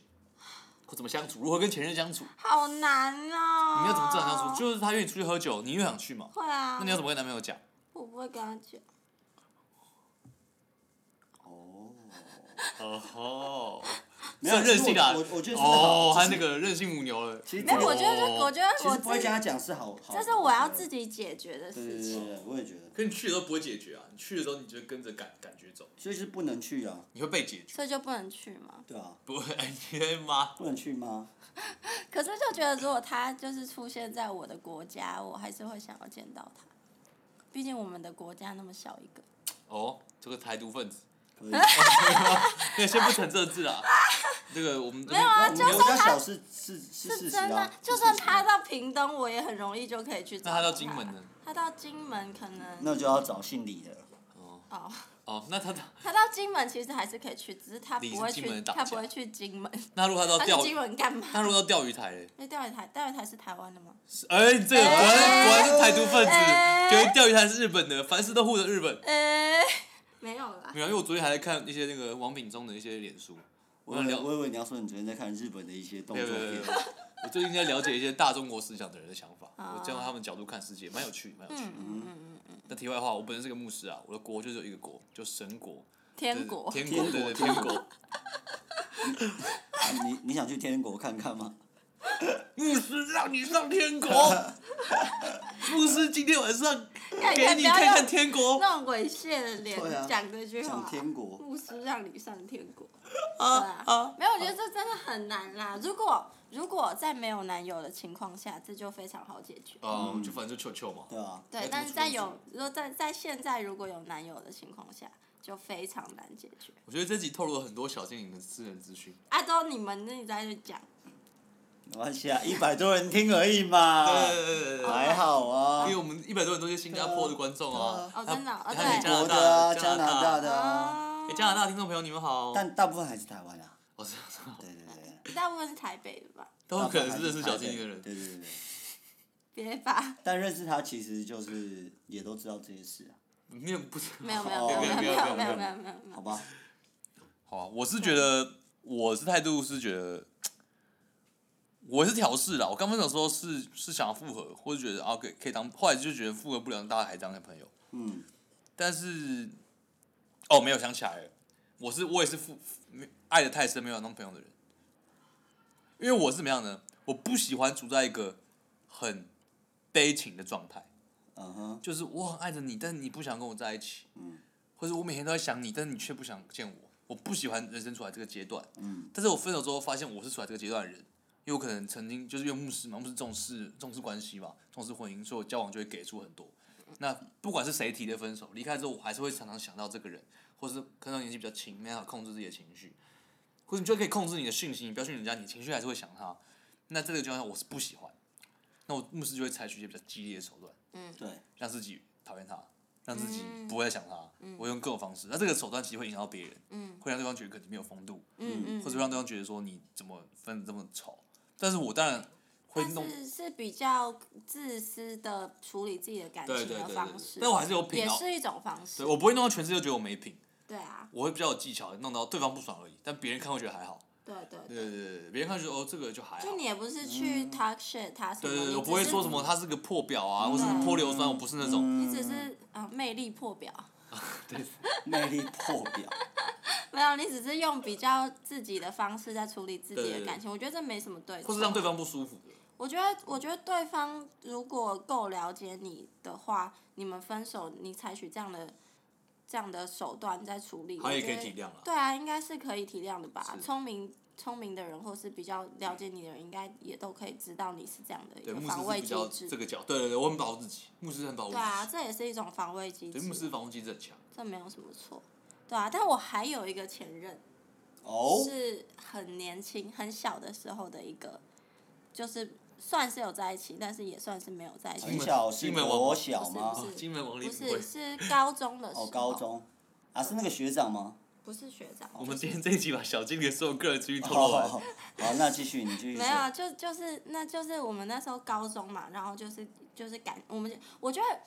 C: 或怎么相处，如何跟前任相处？
B: 好难哦，
C: 你们要怎么正常相处？就是他约你出去喝酒，你又想去嘛？
B: 会啊，
C: 那你要怎么跟男朋友讲？
B: 我不会跟他讲，
A: 哦，
C: 哦，
A: 没有
C: 任性啊！
A: 其实我我我觉得是
C: 哦
A: 好，
C: 他
A: 只
C: 那
A: 是
C: 个任性母牛了。
A: 其实哦
B: 没
A: 这
B: 有，
A: 个
B: 我觉得我觉得
A: 其
B: 我
A: 实不会跟
B: 自己，
A: 他讲是好，好
B: 这
A: 的
B: 是我要
A: 对
B: 自己解决的
A: 对
B: 事
A: 对对
B: 情，
A: 对，我也觉得，
C: 可你去的时候不会解决啊，你去的时候你就跟着感感觉走，
A: 所以是不能去啊，
C: 你会被解决。
B: 所以就不能去嘛。
A: 对啊，
C: 不会， 哎你会吗？
A: 不能去吗？
B: 可是就觉得如果他就是出现在我的国家，我还是会想要见到他，毕竟我们的国家那么小一个，
C: 哦，这个台独分子， 那先不成政治啦。啊这个我们没有
B: 啊
A: 我
B: 就
A: 们
B: 算
A: 家
B: 他
A: 小是是是事
B: 是
A: 实
B: 真的
A: 啊，，
B: 就是算
A: 事实
B: 他
A: 啊，
B: 到屏东，我也很容易就可以去找
C: 那他到金门呢？
B: 他到金门可能
A: 那就要找姓李的了。
B: 哦，
C: 哦，那他
B: 他到金门其实还是可以去，只是他
C: 你
B: 不
C: 是
B: 会
C: 金门
B: 去，
C: 人打
B: 他
C: 架
B: 不会去金门。
C: 那如果他到
B: 他
C: 钓
B: 去，金门干嘛？
C: 那如果到钓鱼台嘞？
B: 那钓鱼台，钓鱼台是台湾的吗？
C: 哎，这个果然果然是台独分子，
B: 哎
C: 觉得钓鱼台是日本的，凡事都护着日本。
B: 呃，没有啦
C: 没。有，因为我昨天还在看一些那个王品中的一些脸书，
A: 我
C: 那
A: 以为
C: 聊
A: 我以为你要说你昨天在看日本的一些动
C: 没
A: 作
C: 有没有没有
A: 片
C: 没，有我最近在了解一些大中国思想的人的想法，
B: 啊
C: 我站在他们角度看世界，蛮有趣，蛮有趣
B: 嗯。嗯嗯嗯嗯，
C: 那题外话，我本身是个牧师啊，我的国就只有一个国，就神国，
B: 天国，
C: 就是天国，对对，
A: 天
C: 天
A: 国
C: 国。
A: 啊你你想去天国看看吗？
C: 牧师让你上 天国，牧师今天晚上
B: 看
C: 给
B: 看
C: 你
B: 不要
C: 看看
B: 用
C: 天国
B: 那种猥亵的脸
A: 对啊
B: 讲这句话
A: 上，天国
B: 牧师让你上天国。
C: 啊
B: 对
C: 啊！
B: 没有，我觉得这真的很难啦。如果如果在没有男友的情况下，这就非常好解决。
C: 哦，就反正就球球嘛。
A: 对啊，
C: 那
B: 对，
C: 怎么
B: 但是在
C: 处理
B: 有如果在在现在如果有男友的情况下，就非常难解决。
C: 我觉得这集透露了很多小精灵的私人资讯。
B: 啊，都你们那里在这讲，
A: 没关系啊，一百多人听而已嘛，
C: 对，
A: 还好啊
C: 因为。我们一百多人都是新加坡的观众啊。
B: 哦，真的哦，
C: 啊
B: 哦
C: 还有
A: 美
C: 加拿
A: 国
B: 对，
C: 大
A: 的啊，
C: 加
A: 加
C: 拿大
A: 拿大的啊，
B: 哦
C: 哎诶加拿大听众朋友，你们好。
A: 但大部分还是台湾啊。
C: 我是，
A: 对对对，
B: 大部分是台北的吧？
C: 都有可能是认识
A: 是
C: 小精灵的人。
A: 对对对对，
B: 别吧，
A: 但认识他其实就是也都知道这些事啊，
C: 没有不是，
B: 没有没有
A: 哦
B: 没有没有没有
C: 没
B: 没
C: 有
B: 有
C: 没
B: 没
C: 有
B: 有没有没
A: 好
B: 有，
A: 吧？
C: 好啊，我是觉得我是态度是觉得我是调试啦。我刚分手的时候是是想要复合，或者觉得啊可以可以当，后来就觉得复合不了，大家还当朋友。
A: 嗯，
C: 但是哦，没有想起来了，我是我也是复没爱的太深，没有当朋友的人。因为我是怎么样呢？我不喜欢处在一个很悲情的状态。
A: 嗯哼，
C: 就是我很爱着你，但是你不想跟我在一起，
A: 嗯
C: 或者我每天都在想你，但是你却不想见我，我不喜欢人生处在这个阶段，
A: 嗯
C: 但是我分手之后发现我是处在这个阶段的人，因为我可能曾经就是因为牧师嘛，牧师重视重视关系嘛，重视婚姻，所以我交往就会给出很多。那不管是谁提的分手，离开之后我还是会常常想到这个人，或是看到年纪比较轻，没办法控制自己的情绪，或者你就可以控制你的讯息，你不要去人家，你情绪还是会想他。那这个情况下我是不喜欢，那我牧师就会采取一些比较激烈的手段。
A: 对，
C: 让自己讨厌他，让自己不会再想他。我用各种方式，那这个手段其实会影响到别人，
B: 嗯
C: 会让对方觉得可能没有风度，
B: 嗯嗯，
C: 或者让对方觉得说你怎么分得这么丑。但是我当然会弄
B: 但，是是比较自私的处理自己的感
C: 对
B: 情
C: 对
B: 的
C: 对对
B: 方
C: 对
B: 式，，
C: 但我还是有品
B: 也
C: 哦。
B: 是一种方式
C: 对，。我不会弄到全世界都觉得我没品，
B: 对啊，
C: 我会比较有技巧，弄到对方不爽而已。但别人看会觉得还好，
B: 对对
C: 对
B: 对。
C: 对对对，别人看就觉得哦这个就还好
B: 就。你也不是去 talk shit 他什么，
C: 对对
B: 你
C: 对，
B: 只
C: 我不会
B: 是
C: 说什么他是个破表啊，或是个泼硫酸，我不是那种。
B: 你只是
C: 嗯
B: 啊、呃魅力破表，
A: 魅力破表，
B: 没有，你只是用比较自己的方式在处理自己
C: 对对
B: 的
C: 对
B: 感情，我觉得这没什么对错。
C: 或是让对方不舒服的。
B: 我觉得，我觉得对方如果够了解你的话，你们分手，你采取这样的这样的手段在处理，
C: 他也可以
B: 我觉得
C: 体谅啦
B: 对啊，应该是可以体谅的吧。
C: 是
B: 聪明聪明的人，或是比较了解你的人，应该也都可以知道你是这样的一
C: 对，
B: 个
C: 牧师
B: 防
C: 是
B: 卫
C: 比较
B: 机
C: 这
B: 制。
C: 个角，对对对，我很保护自己，牧师很保护
B: 对啊，
C: 自己。
B: 这也是一种防卫机
C: 对，牧师
B: 制，
C: 防护机制很强。
B: 这没有什么错。对啊，但我还有一个前任。
A: 哦，
B: 是很年轻、很小的时候的一个，就是算是有在一起，但是也算是没有在一
C: 哎
A: 很
B: 起。
A: 小是
C: 金门王
A: 国小
B: 不
A: 吗？
B: 是
C: 哦金门王力
B: 不
C: 不会
B: 是，。是高中的时候。
A: 哦，高，中，啊，是那个学长吗？
B: 不是学长。
C: 我们今天这一集把小精灵所有个人资 讯透
A: 好
C: 露
A: 好
C: 完，
A: 好，好那继续，你继续
B: 没有啊，
A: 说。
B: 就就是那就是我们那时候高中嘛，然后就是就是感，我们就我觉得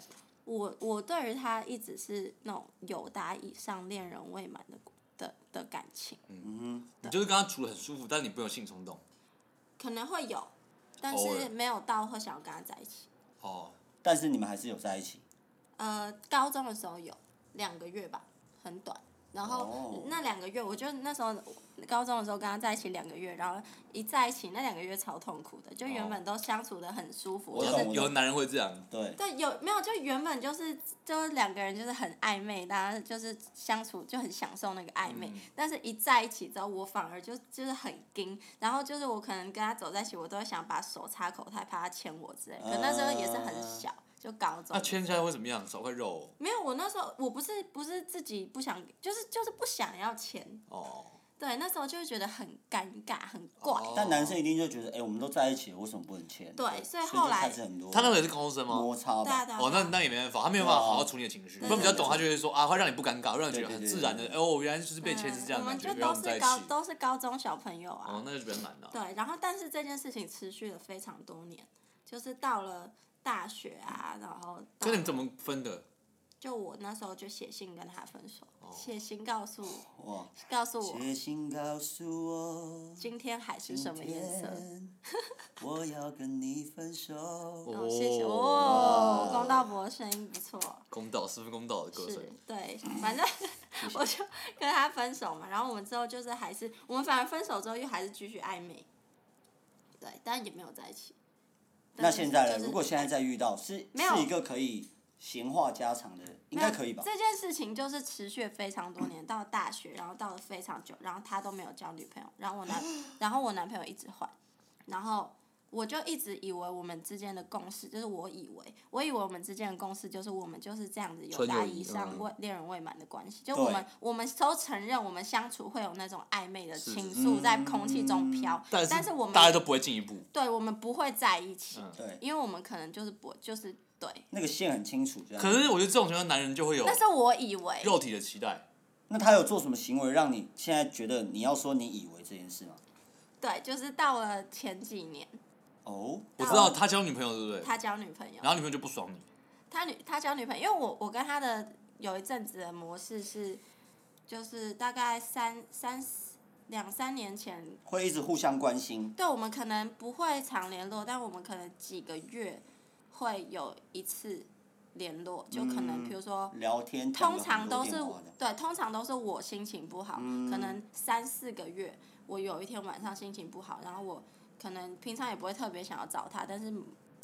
B: 我我对于他一直是那种友达以上恋人未满的的的感情，
A: 嗯
C: 你就是跟他处的很舒服，但你不会有性冲动。
B: 可能会有，但
C: 偶尔
B: 是没有到会想要跟他在一起。
A: 哼，
C: 哦，
A: 但是你们还是有在一起。
B: 呃，高中的时候有两个月吧，很短。然后、
A: 哦
B: 那两个月，我就那时候高中的时候跟他在一起两个月，然后一在一起那两个月超痛苦的，就原本都相处的很舒服，
A: 哦我
B: 就
A: 懂
B: 是
A: 我懂
C: 有的男人会这样，
A: 对，
B: 对有没有就原本就是就是两个人就是很暧昧，大家就是相处就很享受那个暧昧，
C: 嗯
B: 但是一在一起之后，我反而就就是很硬，然后就是我可能跟他走在一起，我都会想把手插口袋，怕他牵我之类的，可那时候也是很
A: 嗯
B: 小，就高中
C: 那。牵下来会怎么样？少块肉
B: 没有，我那时候我不是不是自己不想，就是就是不想要钱。
C: 哦，
B: 对，那时候就会觉得很尴尬，很怪。
C: 哦
A: 但男生一定就觉得，哎、我们都在一起了，为什么不能签？
B: 对所以
A: 就
B: 后来
A: 开始很多
C: 他那个也是高中生吗？
A: 摩擦
B: 对啊
A: 吧。
B: 对啊。
C: 哦，那
B: 对啊
C: 那也没办法，他没有办法好好处理你的情绪。
B: 对
C: 他比较
A: 对
C: 懂，他就会说啊，会让你不尴尬，会让你觉
A: 对
C: 得
A: 对
C: 很
A: 对
C: 自然的。
A: 对
C: 哦，原来就是被牵是这
B: 嗯
C: 样
B: 我
C: 的感
B: 们
C: 觉，
B: 就
C: 不要
B: 都
C: 我们在
B: 是
C: 一
B: 高
C: 起。
B: 都是高中小朋友啊。
C: 哦，那就比较难了。
B: 对，然后但是这件事情持续了非常多年，就是到了大学啊，然后到
C: 所以你们怎么分的？
B: 就我那时候就写信跟他分手，
C: 哦
B: 写信告诉我，
A: 哇！
B: 告诉我
A: 写信告诉我，
B: 今天海是什么颜色。
A: 今天 我要跟你分手。
B: 哦，谢谢
C: 哦
B: 哦，公道伯声音不错，
C: 公道，十分公道的歌
B: 是
C: 声。，
B: 对，
A: 嗯
B: 反正我就跟他分手嘛，然后我们之后就是还是我们反而分手之后又还是继续暧昧，对，但也没有在一起。
A: 那
B: 但是
A: 现在呢？
B: 就是
A: 如果现在再遇到，是
B: 没有
A: 是一个可以闲话家常的人，应
B: 没有
A: 该可以吧？
B: 这件事情就是持续了非常多年，到大学，然后到了非常久，然后他都没有交女朋友，然后我 男，然后我男朋友一直换，然后我就一直以为我们之间的共识，就是我以为，我以为我们之间的共识就是我们就是这样子有
C: 纯友
B: 大
C: 谊
B: 以上
C: 嗯
B: 未恋人未满的关系，就
A: 对
B: 我们我们都承认我们相处会有那种暧昧的
C: 是
B: 情
C: 是嗯
B: 愫在空气中飘，
C: 但
B: 但是我们
C: 大家都不会进一步。
B: 对我们不会在一起，
C: 嗯
A: 对，
B: 因为我们可能就是不就是对，
A: 那个线很清楚，这样。
C: 可是我觉得这种情况，男人就会有
B: 那是我以为，
C: 肉体的期待。
A: 那他有做什么行为让你现在觉得你要说你以为这件事吗？
B: 对，就是到了前几年。
A: 哦，
C: 我知道他交女朋友对不对？
B: 他交女朋友
C: 然，后女朋友就不爽你。
B: 他女他交女朋友，因为我我跟他的有一阵子的模式是，就是大概三三两三年前，
A: 会一直互相关心，
B: 对我们可能不会常联络，但我们可能几个月会有一次联络，就可能
A: 嗯
B: 比如说。
A: 聊天，
B: 通常都是
A: 讲了很多电话的
B: 对，通常都是我心情不好，可
C: 嗯
B: 能三四个月，我有一天晚上心情不好，然后我可能平常也不会特别想要找他，但是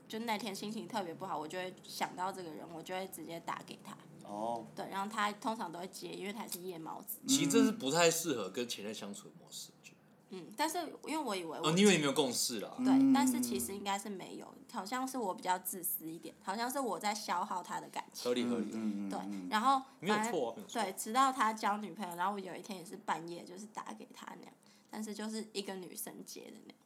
B: 就那天心情特别不好，我就会想到这个人，我就会直接打给他，
A: 哦，
B: 对，然后他通常都会接，因为他是夜猫子，
C: 其实这是不太适合跟前任相处的模式。我觉得
B: 嗯，但是因为我以为我、
C: 哦，你以为你没有嗯共识啦？
B: 对，但是其实应该是没有，好像是我比较自私一点，好像是我在消耗他的感情
C: 合，理合理，
A: 嗯嗯
B: 对
A: 嗯，，
B: 然后
C: 没有
B: 反而
C: 错啊没有错
B: 对，直到他交女朋友，然后我有一天也是半夜就是打给他那样，但是就是一个女生接的那样，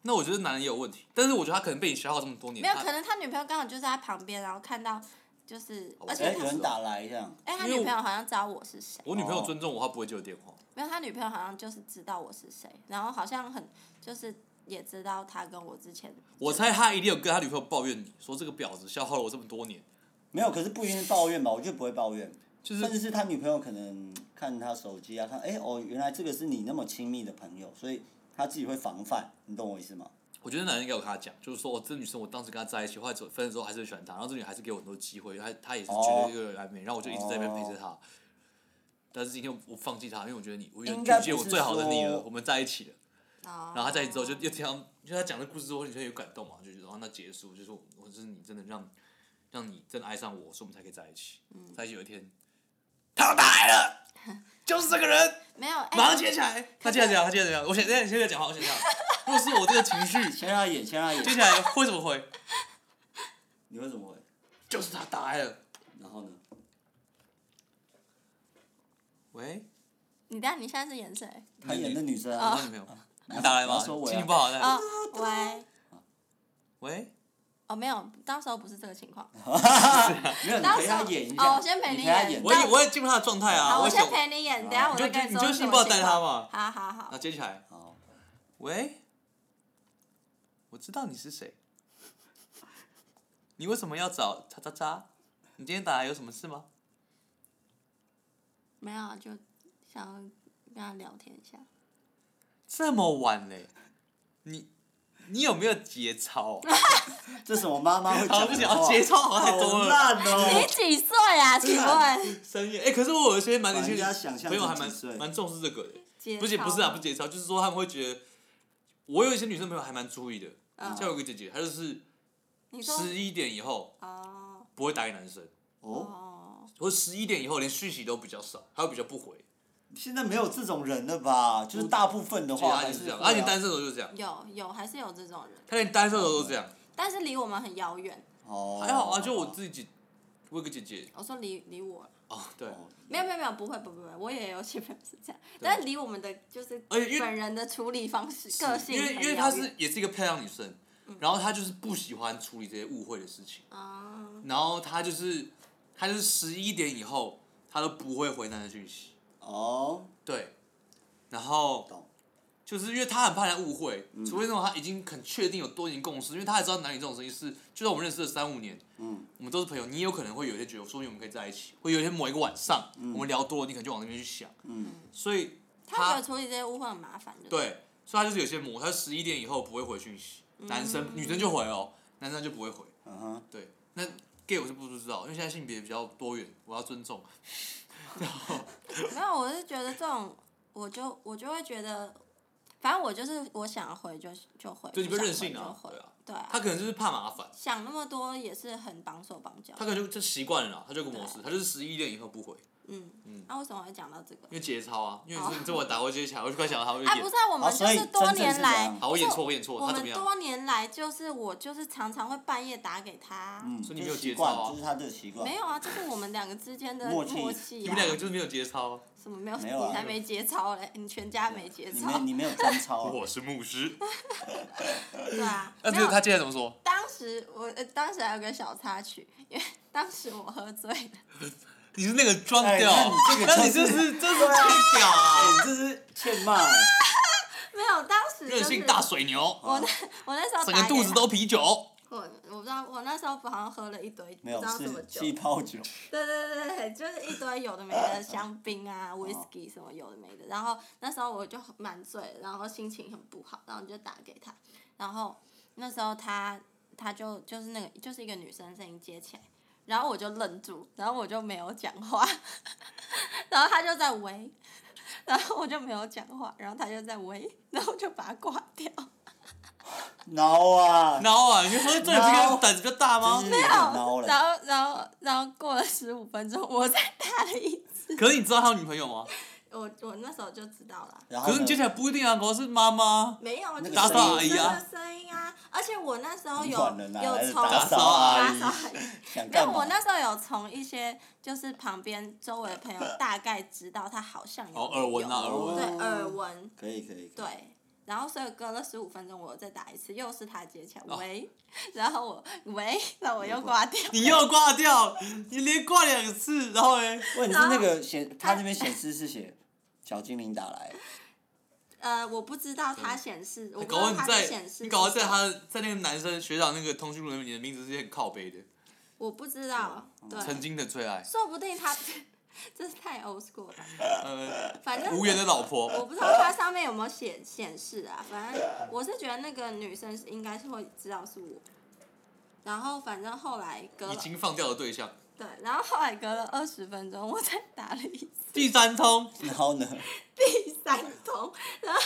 C: 那我觉得男人也有问题，但是我觉得他可能被你消耗这么多年，
B: 没有，
C: 他
B: 可能他女朋友刚好就在他旁边，然后看到就是，
C: 哦
B: 而
A: 哎，
B: 且
A: 有
B: 他
A: 人打来这样，
B: 哎、他
C: 因为
B: 女
C: 我
B: 朋友好像知道我是谁，
C: 我女朋友尊重我，她不会接我电话。
B: 没有，他女朋友好像就是知道我是谁，然后好像很就是也知道他跟我之前，
C: 我猜他一定有跟他女朋友抱怨你说这个婊子消耗了我这么多年，
A: 没有，可是不一定是抱怨吧，我觉得不会抱怨，
C: 就
B: 嗯
C: 是
A: 甚至是他女朋友可能看他手机啊，看，哎、哦，原来这个是你那么亲密的朋友，所以他自己会防范，你懂我意思吗？
C: 我觉得男人应该有跟他讲，就是说我、哦、这女生我当时跟她在一起，后来走分了之后还是喜欢她，然后这女孩还是给我很多机会，她她也是觉得有点暧昧，然后我就一直在那边陪着
B: 哦
C: 她。但是今天我放弃她，因为我觉得你，我已经
A: 应该
C: 拒
A: 不是
C: 绝我最好的你了，
A: 说
C: 我们在一起了。
B: 然
C: 然后她在一起之后就又听到，就她讲的故事之后，你就有感动嘛，就觉得哦，那结束，就是我，我就是你真的让让你真的爱上我，所以我们才可以在一起。
B: 嗯
C: 在一起有一天，他打来了，就是这个人。
B: 没有，哎、
C: 马上接起来，他接起来，他接起来，我现在现在讲话，我想想，如果是我这个情绪，
A: 先让他演，先让他
C: 接
A: 演，
C: 起来会怎么回？
A: 你会怎么回？
C: 就是他打来了，
A: 然后呢？
C: 喂，
B: 你但你现在是演谁？
A: 他演的女生
C: 你
A: 啊，
C: 有没有？你打来
A: 你
C: 吗？
A: 要说我
C: 心情
A: 呀
C: 不，好
B: 哦
C: 的，，
B: 喂，
C: 喂，
B: 哦，没有，当时候不是这个情况。
A: 没有，你
B: 当
A: 陪
B: 时
A: 他演一
B: 哦
A: 下，
B: 我先陪
A: 你
B: 你
A: 陪他
B: 演
A: 演，
C: 我也我也进入他的状态啊，
B: 好，我
C: 也想
B: 先，陪你演，等一下我再
C: 你就
B: 跟
C: 你
B: 说
C: 就
B: 什
C: 先
B: 么
C: 抱
B: 情
C: 带他
B: 况。
C: 嘛，啊
B: 好好好
C: 那，接起来，
A: 好，
C: 喂，我知道你是谁，你为什么要找叉叉叉？你今天打来有什么事吗？
B: 没有啊，就想要跟他聊天一下。
C: 这么晚嘞，你你有没有 节操啊？
A: 这是我妈妈会
C: 好
A: 讲
C: 不
A: 的
C: 行，
A: 话，
C: 节操好像太多
A: 好
C: 了。
A: 烂
B: 你
A: 哦，
B: 几岁啊？请问？
C: 深夜，哎、可是我有一些蛮年轻
A: 把人家想象
C: 朋友还
A: 成
C: 蛮
A: 几岁
C: 蛮重视这个的，
B: 节
C: 不是
B: 操
C: 不是啊，不是节操，就是说他们会觉得，我有一些女生朋友还蛮注意的，
B: 嗯
C: 像有一个姐姐，她就是
B: 你说
C: 十一点以后
B: 哦
C: 不会打给男生，
A: 哦，
B: 哦，
C: 或十一点以后连讯息都比较少，还有比较不回，
A: 现在没有这种人了吧？就是大部分的
C: 所以
A: 话
C: 她
A: 还
C: 啊
A: 哦
C: 就是
A: 是
C: 这样，
A: 会
C: 她
A: 啊
C: 连单身的时候就是这样，
B: 有有还是有这种人，
C: 她连单身的时候都这样，
B: 但是离我们很遥远。
A: 哦，
C: 还好啊，就我自己，我有个姐姐
B: 我说离离我，
C: 哦，对，
A: 哦
B: 没有没有没有，不会不会不会，我也有些朋友是这样，
C: 对
B: 但是离我们的就是
C: 而且因为
B: 本人的处理方式、个性
C: 因
B: 很
C: 为
B: 遥远，
C: 因为她是也是一个漂亮女生，然后她就是不喜欢处理这些误会的事情，
B: 啊，
C: 然后她就是她就是十一点以后她都不会回男的讯息，
A: 哦，
C: 对，然后
A: 懂
C: 就是因为她很怕人家误会，
A: 嗯
C: 除非那种她已经很确定有多年共识，因为她也知道男女这种东西是，就算我们认识了三五年，
A: 嗯，
C: 我们都是朋友，你也有可能会有一天觉得，说不定我们可以在一起，会有一天某一个晚上，我们聊多了，你可能就往那边去想，
A: 嗯，
C: 所以
B: 他觉
C: 她
B: 得处理这些误会很麻烦，就，
C: 对，所以她就是有些磨，她十一点以后不会回讯息，
B: 嗯
C: 男生女生就回哦，男生就不会回，
A: 嗯哼，
C: 对，那 gay 我是不知道，因为现在性别比较多元，我要尊重，
B: 没有，我是觉得这种，我就我就会觉得，反正我就是我想回就就回，
C: 对，你
B: 不
C: 被
B: 想
C: 任性啊
B: 回就，回
C: 对啊，
B: 对啊，
C: 她可能就是怕麻烦，
B: 想那么多也是很绑手绑脚
C: 她，可能就就习惯了啦，她就有个模式，
B: 对啊
C: 她就是十一点以后不回，
B: 嗯
C: 嗯，
B: 那为什么会讲到这个
C: 因？为节操啊，因为你
B: 哦
C: 是你这么打过接起来，我就快想到她会
B: 啊，不
C: 演
B: 是，啊，
A: 好
B: 我们就
A: 所以
B: 是多
A: 真正
B: 年
A: 是这
B: 来
A: 样，
C: 好，我演
B: 就
C: 错，我演错，
B: 我
C: 她怎么
B: 们
C: 样？
B: 多年来就是我就是常常会半夜打给他，
A: 嗯，
C: 所以你
A: 这
C: 没有
A: 是习
C: 节操啊
A: 惯，这是他的习惯，
B: 没有啊，这是我们两个之间的
A: 默契
B: 默契啊。
C: 你们两个就是没有节操啊。
B: 什么没有？
A: 没有啊
B: 你才没节操嘞，你全家没节
A: 你
B: 操
A: 没，你没有贞操啊，
C: 我是牧师。
B: 对啊。
C: 那
B: 没
C: 这个
B: 有，
C: 他接下来怎么说？
B: 当时我呃当时还有个小插曲，因为当时我喝醉了，
C: 你是那个装
A: 哎
C: 屌，
A: 那你这个
C: 那你
A: 就
C: 这
A: 是
C: 是这是太屌啊！
A: 哎，你这是欠 骂欸，
B: 没有，当时就
C: 任
B: 是
C: 性大水牛，
B: 我那我那时候
C: 整
B: 打
C: 个
B: 给
C: 肚子都啤酒。
B: 我我不知道，我那时候好像喝了一堆，不
A: 没
B: 知
A: 有
B: 道什么
A: 是
B: 酒，
A: 气泡酒，
B: 对对对对，就是一堆有的没的香槟啊、whisky
A: 哦
B: 什么有的没的。然后那时候我就很蛮醉的，然后心情很不好，然后就打给他，然后那时候他他就就是那个就是一个女生声音接起来，然后我就愣住，然后我就没有讲话， 然后他就在喂，然后我就没有讲话，然后他就在喂，然后我就把他挂掉。
A: 孬啊，
C: 然后啊，你喝醉了这个
A: 孬
C: 胆子比较大吗
A: 真？
B: 没
A: 是
B: 有，
A: 很孬嘞
B: 然后然后然后过了十五分钟，我再打了一次，
C: 可是你知道他有女朋友吗？
B: 我我那时候就知道了。
A: 然后
C: 可是
A: 呢
C: 你接起来不一定啊，可能是妈妈
B: 没有，就是
A: 打扫阿
C: 姨
B: 女
C: 啊
B: 生的声音啊！而且我那时候有
A: 很暖人啊还
B: 有
A: 是
B: 从
A: 打
C: 扫阿
B: 阿
C: 姨
B: 姨，
A: 想
B: 没有，
A: 干
B: 我
A: 嘛？
B: 那时候有从一些就是旁边周围的朋友大概知道他好像有
C: 哦耳闻啊，
B: 有
C: 耳闻。
B: 对耳闻
A: 可以可以，可以，
B: 对。然后所以隔了十五分钟，我再打一次，又是他接起来，
C: 哦
B: 喂， 然后我喂，那我又挂 掉。
C: 你又挂掉，你连挂两次，然后嘞，
A: 问题是那个显，他那边显示是写小精灵打来，
B: 呃，我不知道他显示，我不
C: 搞
B: 知道
C: 到你
B: 他的
C: 在
B: 显，示。
C: 你搞到在他，在那个男生学长那个通讯录里面，你的名字是很靠背的，
B: 我不知道，对，
C: 曾经的最爱，
B: 说不定他， 这是太 old school 了吧，
C: 呃，
B: 反正
C: 无缘的老婆。
B: 我不知道它上面有没有显显示啊，反正我是觉得那个女生是应该是会知道是我。然后反正后来隔
C: 已
B: 了
C: 经放掉的对象。
B: 对，然后后来隔了二十分钟，我再打了一次
C: 第三通，
A: 然后 呢，
B: 第三通，然后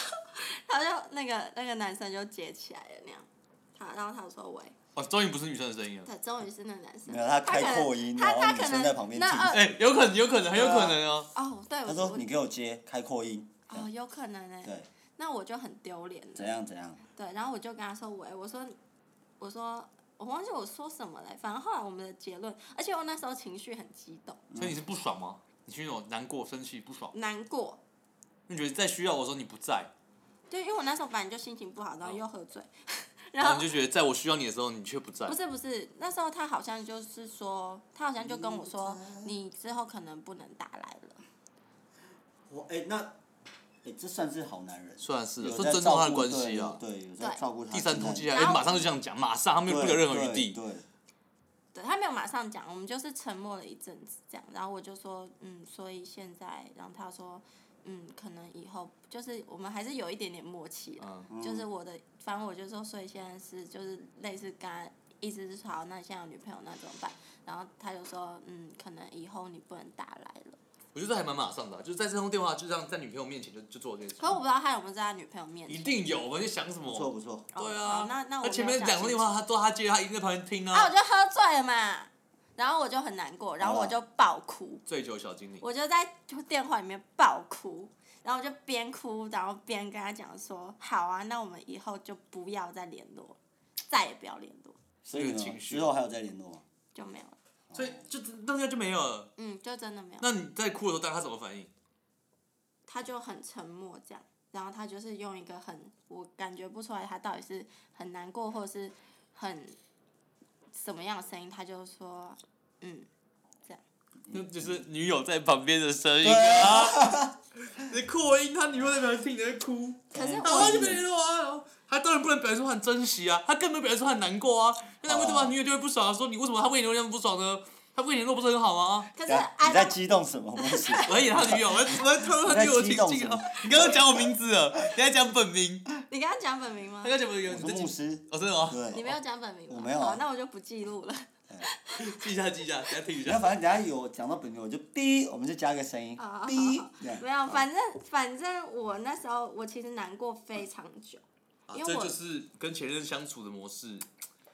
B: 他就那个那个男生就接起来了那样，他然后他说喂，
C: 哦，终于不是女生的声音了。
B: 对，终于是那个男生，
A: 没有他
B: 可
A: 开
B: 能
A: 扩音，
B: 他
A: 然
B: 他
A: 后女
B: 可
A: 生在
B: 能
A: 旁边
B: 那
A: 听，
B: 二
C: 哎、有可能，有可能，很有可能哦。
B: 哦，对，
A: 他
B: 我
A: 说
B: 我
A: 你给我接开扩音，
B: 哦有可能呢、
A: 对，
B: 那我就很丢脸了
A: 怎。样怎样，
B: 对，然后我就跟他说喂，我说我说我忘记我说什么了，反正后来我们的结论，而且我那时候情绪很激动，
C: 所以你是不爽吗？你是那种难过、生气、不爽，
B: 难过，
C: 你觉得在需要我的时候你不在，
B: 就因为我那时候本来就心情不好，然后又喝醉，然
C: 然后
B: 后
C: 你就觉得在我需要你的时候你却不在
B: 不。是不是，那时候他好像就是说，他好像就跟我说，你之后可能不能打来了。
A: 我哎那，哎这算是好男人，
C: 算是的，
A: 有
C: 这
A: 在
C: 尊
A: 照
C: 重
A: 顾
C: 他的关系啊。
A: 对，有在
B: 对
A: 照顾他。
C: 第三通接下
B: 然
C: 来、
B: 后
C: 哎马上就这样讲，马上他没有
A: 对
C: 留有任何余地。
A: 对，对
B: 对他没有马上讲，我们就是沉默了一阵子这样，然后我就说，嗯，所以现在，然后他说，嗯，可能以后就是我们还是有一点点默契啦，
C: 嗯，
B: 就是我的，反正我就说，所以现在是就是类似刚刚意思是说，好，那你现在有女朋友那怎么办？然后他就说，嗯，可能以后你不能打来了。
C: 我觉得这还蛮马上的啊、就是在这通电话就这样在女朋友面前就就做这件事
B: 可，我不知道他有没有在他女朋友面
C: 一
B: 前。
C: 定有。我在想什
A: 不错
C: 么？
A: 不错。
B: 哦
C: 对
B: 好
C: 啊，
B: 那那我
C: 前
B: 没有
C: 面
B: 想
C: 两通
B: 清
C: 电
B: 楚
C: 话他都他接，他一定在旁边听
B: 啊，我
C: 啊。
B: 就喝醉了嘛，然后我就很难过，然后我就爆哭，
C: 醉酒小精灵，
B: 我就在电话里面爆哭，然后我就边哭，然后边跟他讲说，好啊，那我们以后就不要再联络，再也不要联络。
A: 所以
C: 那个
A: 呢，
C: 情绪哦
A: 之后还有再联络吗？
B: 就没有了。
C: 所以就当下就没有了。
B: 嗯，就真的没有。
C: 那你在哭的时候，大家怎么反应？
B: 他就很沉默这样，然后他就是用一个很，我感觉不出来他到底是很难过或是很什么样的声音，他就说，嗯，
C: 那就是女友在旁边的声音
A: 对
C: 啊！ 你扩音，他女友在旁边听你在哭，
B: 可是
A: 哎
B: 我
C: 然后就没了啊！然后他当然不能表现出他很珍惜啊，他更没有表现出他很难过啊。那难过对吧？
A: 哦
C: 女友就会不爽啊，说你为什么他为你流量不爽呢？他为你联络不是很好吗？
B: 可是哎
A: 等一下你在
B: I
A: 激动什么？没 事，
C: 我在演他女友，我在我在透露他女友的情境啊！ 你刚刚讲我名字了，你在讲本名，
B: 你刚刚讲本名吗
C: 他？刚讲本名，
A: 我
C: 你
A: 是
C: 在
A: 牧
C: 记
A: 师，
C: 哦，真的吗？
A: 对，
B: 你没有讲本名吗？
A: 我没有啊
B: 好，那我就不记录了。
C: 记一下，记一下，等下听一
A: 然
C: 下
A: 后。反正等一下有讲到本名，我就哔，我们就加个声音，
B: 啊
A: 哔，这
B: 没
A: 样
B: 有，反正反正我那时候我其实难过非常久，
C: 啊
B: 因
C: 这
B: 为我
C: 就是跟前任相处的模式，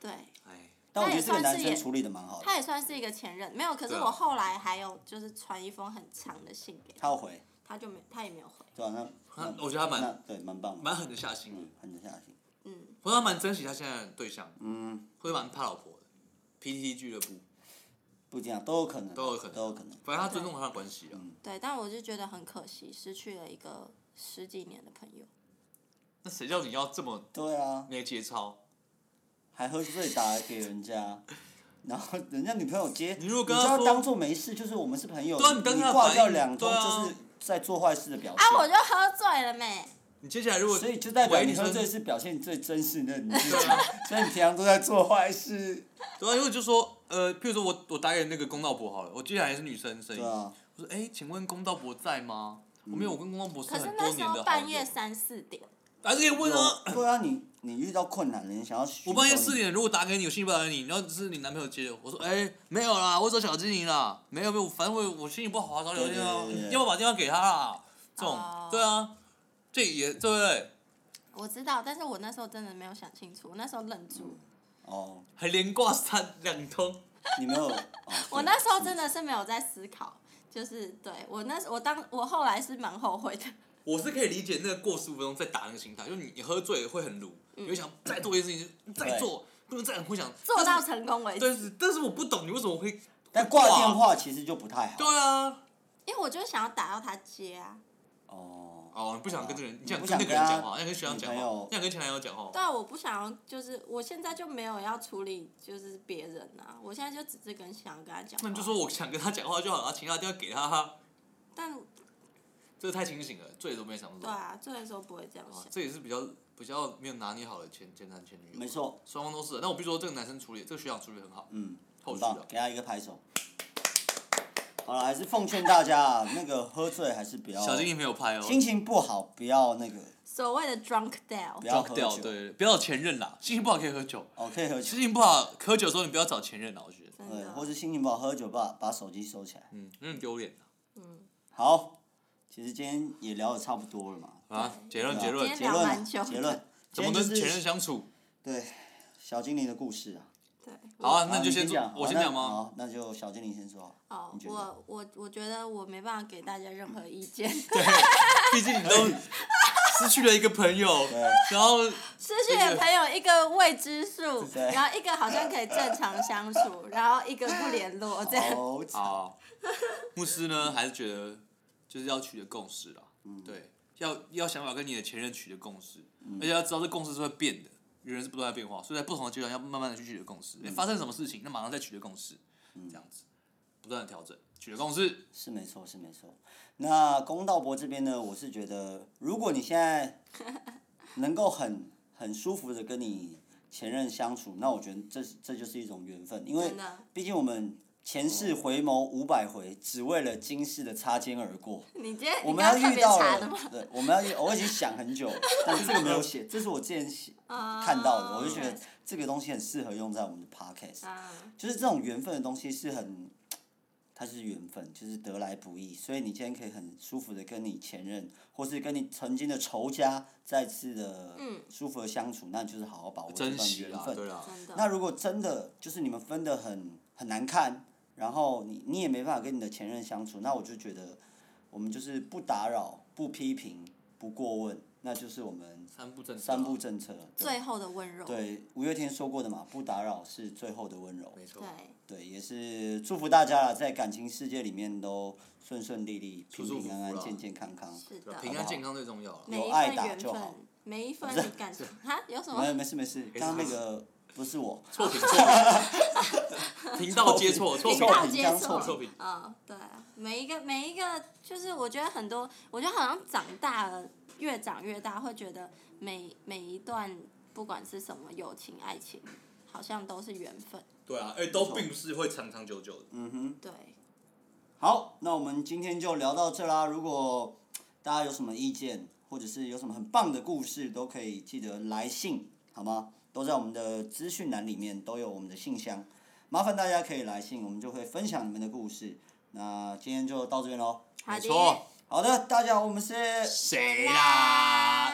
B: 对，
C: 哎，
A: 但我觉得这个
B: 那也算
A: 男
B: 是
A: 生
B: 也
A: 处理的蛮好的，
B: 他也算是一个前任，没有。可是
C: 对啊
B: 我后来还有就是传一封很长的信给
A: 他
B: 他，
A: 有回，
B: 他就没他也没有回，
A: 对吧？ 那
C: 他我觉得他
A: 那
C: 蛮
A: 对，蛮棒的，
C: 蛮狠的下心的
A: 嗯，很得下心。
B: 嗯，
C: 我觉得他蛮珍惜他现在的对象，
A: 嗯，
C: 会蛮怕老婆的。PTT 俱乐部，
A: 不一定啊，都有可能，
C: 都有可能
A: 都有可能。
C: 反正他尊重他的关系啊。
A: 嗯
B: 对，但我就觉得很可惜，失去了一个十几年的朋友。
C: 那谁叫你要这么
A: 对啊，
C: 没节操？
A: 还喝醉打给人家，然后人家女朋友接，
C: 你
A: 你
C: 如果跟
A: 就
C: 他
A: 要
C: 说
A: 当做没事，就是我们是朋友，
C: 对啊你
A: 你
C: 当下
A: 挂
C: 反
A: 掉
C: 应
A: 两
C: 对
A: 通
C: 啊
A: 就是在做坏事的表
B: 啊，我
A: 现。
B: 就喝醉了没？
C: 你接下来如果
A: 所以就代表
C: 喂
A: 你
C: 生
A: 喝醉是表现最真实的你自己
C: 对啊，
A: 所以你平常都在做坏事，
C: 对啊，如果就说呃，譬如说我我打给那个公道伯好了，我接下来是女生
A: 对
C: 声音，
A: 啊，
C: 我说哎、请问公道伯在吗？我没有，我跟公道伯是
B: 可是
C: 很多
B: 那时
C: 年
B: 候
C: 的好
B: 半
C: 友
B: 夜，三四点，
C: 还是可以问啊。
A: 有对啊，你你遇到困难了，你想要寻
C: 我半夜
A: 求
C: 四
A: 你，
C: 点如果打给你，有信不打给你，然后是你男朋友接的，我说哎、没有啦，我找小精灵啦，没有没有，反正我我心情不好，找聊天啊，
A: 对对对对
C: 要不要把电话给他啦？这种、
B: 哦
C: 对啊，这也对不对？
B: 我知道，但是我那时候真的没有想清楚，我那时候愣住了，
A: 哦，
C: 还连挂三两通，
A: 你没有，哦
B: 我那时候真的是没有在思考，就是对我那时我当我后来是蛮后悔的，
C: 我是可以理解那个过十五分钟再打那个心态，就是你你喝醉会很鲁，你会想再做一件事情，再做，不能再会想
B: 做
C: 但
B: 到
C: 是
B: 成功为止，
C: 但是但是我不懂你为什么会，
A: 但挂电话其实就不太好。
C: 对啊，
B: 因为我就想要打到他接啊，
A: 哦，
C: 哦，你不想跟这个人，你
A: 你
C: 想
A: 不
C: 跟
A: 想
C: 那个人
A: 跟他
C: 讲话，你想跟学长讲
A: 女朋
C: 话
A: 友，
C: 你想跟前男友讲话，
B: 对啊，我不想要，就是我现在就没有要处理就是别人啊，我现在就只是跟想要跟他讲话，
C: 那你就说我想跟他讲话就好了，请他电话给他，
B: 但
C: 这个太清醒了，醉都没想
B: 对
C: 到，啊
B: 啊，这个时候不会这样想，
C: 这也是比较比较没有拿捏好的前前男前女
A: 没
C: 友，
A: 错，
C: 双方都是的，但我必须说这个男生处理，这个学长处理得很好，
A: 嗯，
C: 后
A: 很
C: 续的
A: 棒，给他一个拍手。好了，还是奉劝大家啊，那个喝醉还是不要，
C: 小精灵没有拍哦，
A: 心情不好不要那个，
B: 所谓的 drunk dial，
A: 不要
C: drunk
A: 喝
C: 掉，
A: 酒，
C: 对，不要有前任啦，心情不好可以喝酒。
A: 哦，可以喝酒
C: 心，情不好，喝酒的时候你不要找前任啦，我觉得，
B: 真
A: 对，
B: 的
A: 或是心情不好喝酒，把把手机收起来。
C: 嗯，有点丢脸啊
A: 好，其实今天也聊的差不多了嘛，
C: 啊。结论
A: 对啊
C: 结
B: 今，
C: 论
B: 天
A: 结
B: 聊
A: 论
B: 蛮
A: 啊
B: 久
A: 结
B: 的
A: 论，
C: 怎
A: 今
C: 么跟
A: 天就是
C: 前任相处？
A: 对小精灵的故事啊？
B: 对，
C: 好啊，
A: 好
C: 那就
A: 你
C: 先做
A: 讲，
C: 我
A: 好
C: 先
A: 那
C: 讲吗？
A: 好，那就小精灵先说好了。
B: 哦
A: 你，觉得
B: 我我我觉得我没办法给大家任何意见，
C: 对，毕竟你 都失去了一个朋友，
A: 对，
C: 然后
B: 失去了朋友一个未知数，
A: 对
B: 然后一个好像可以正常相处，然后一个不联络这样。
A: 好惨，
C: 啊，牧师呢还是觉得就是要取得共识啦，
A: 嗯
C: 对，要要想法跟你的前任取得共识，而且要知道这共识是会变的，人是不断在变化，所以在不同的阶段要慢慢的去取得共识，
A: 嗯
C: 诶发生什么事情，那马上再取得共识，这样子不断的调整，取得共识。
A: 是没错，是没错。那公道伯这边呢，我是觉得，如果你现 在能够很很舒服的跟你前任相处，那我觉得这这就是一种缘分，因为
B: 真的
A: 毕竟我们前世回眸五百回，只为了今世的擦肩而过。
B: 你今天
A: 我
B: 你
A: 们
B: 刚
A: 要
B: 刚特
A: 遇
B: 别
A: 到
B: 查的
A: 了
B: 吗？，
A: 对，我们要遇，我已经想很久了，但是这个没有写，这是我之前写
B: 啊
A: 看到的，我就觉得
B: OK
A: 这个东西很适合用在我们的 podcast。
B: 啊，
A: 就是这种缘分的东西是很，它是缘分，就是得来不易，所以你今天可以很舒服的跟你前任，或是跟你曾经的仇家再次的
B: 嗯
A: 舒服的相处，那就是好好把握这
C: 珍
A: 段
C: 惜
A: 缘
C: 啦，
A: 分。
C: 对啊啦，
B: 真
A: 那
B: 的。
A: 如果真的就是你们分的很很难看，然后你你也没办法跟你的前任相处，那我就觉得我们就是不打扰、不批评、不过问，那就是我们
C: 三不正
A: 三不政策。对
B: 最后的温柔，
A: 对，五月天说过的嘛，不打扰是最后的温柔。
C: 没错
B: 对，
A: 对，也是祝福大家啦，在感情世界里面都顺顺利利、平
C: 舒舒
A: 平安
C: 服服
A: 安、
C: 啦
A: 健健康康。
B: 是的，
C: 平安健康最重要啊了。
B: 每一
A: 爱
B: 份
A: 打
B: 缘
A: 就好
B: 分，每一 份你感情哈有什
A: 没
B: 么？
A: 没事没事，刚刚那个不是我，
C: 错评错 评，频道接错错
A: 频
B: 频
C: 评
A: 道
B: 道
A: 接
B: 接
A: 刚
B: 错
A: 错
C: 错评，
B: 啊、对啊，每一个每一个，就是我觉得很多，我觉得好像长大了，越长越大，会觉得每每一段不管是什么友情、爱情，好像都是缘分。
C: 对啊，哎，都并不是会长长久久的。
A: 嗯哼。
B: 对，
A: 好，那我们今天就聊到这啦。如果大家有什么意见，或者是有什么很棒的故事，都可以记得来信，好吗？都在我们的资讯栏里面都有我们的信箱，麻烦大家可以来信，我们就会分享你们的故事。那今天就到这边喽。
B: 好
C: 没
B: 的
C: 错，
A: 好的，大家好，我们是
C: 谁
B: 啦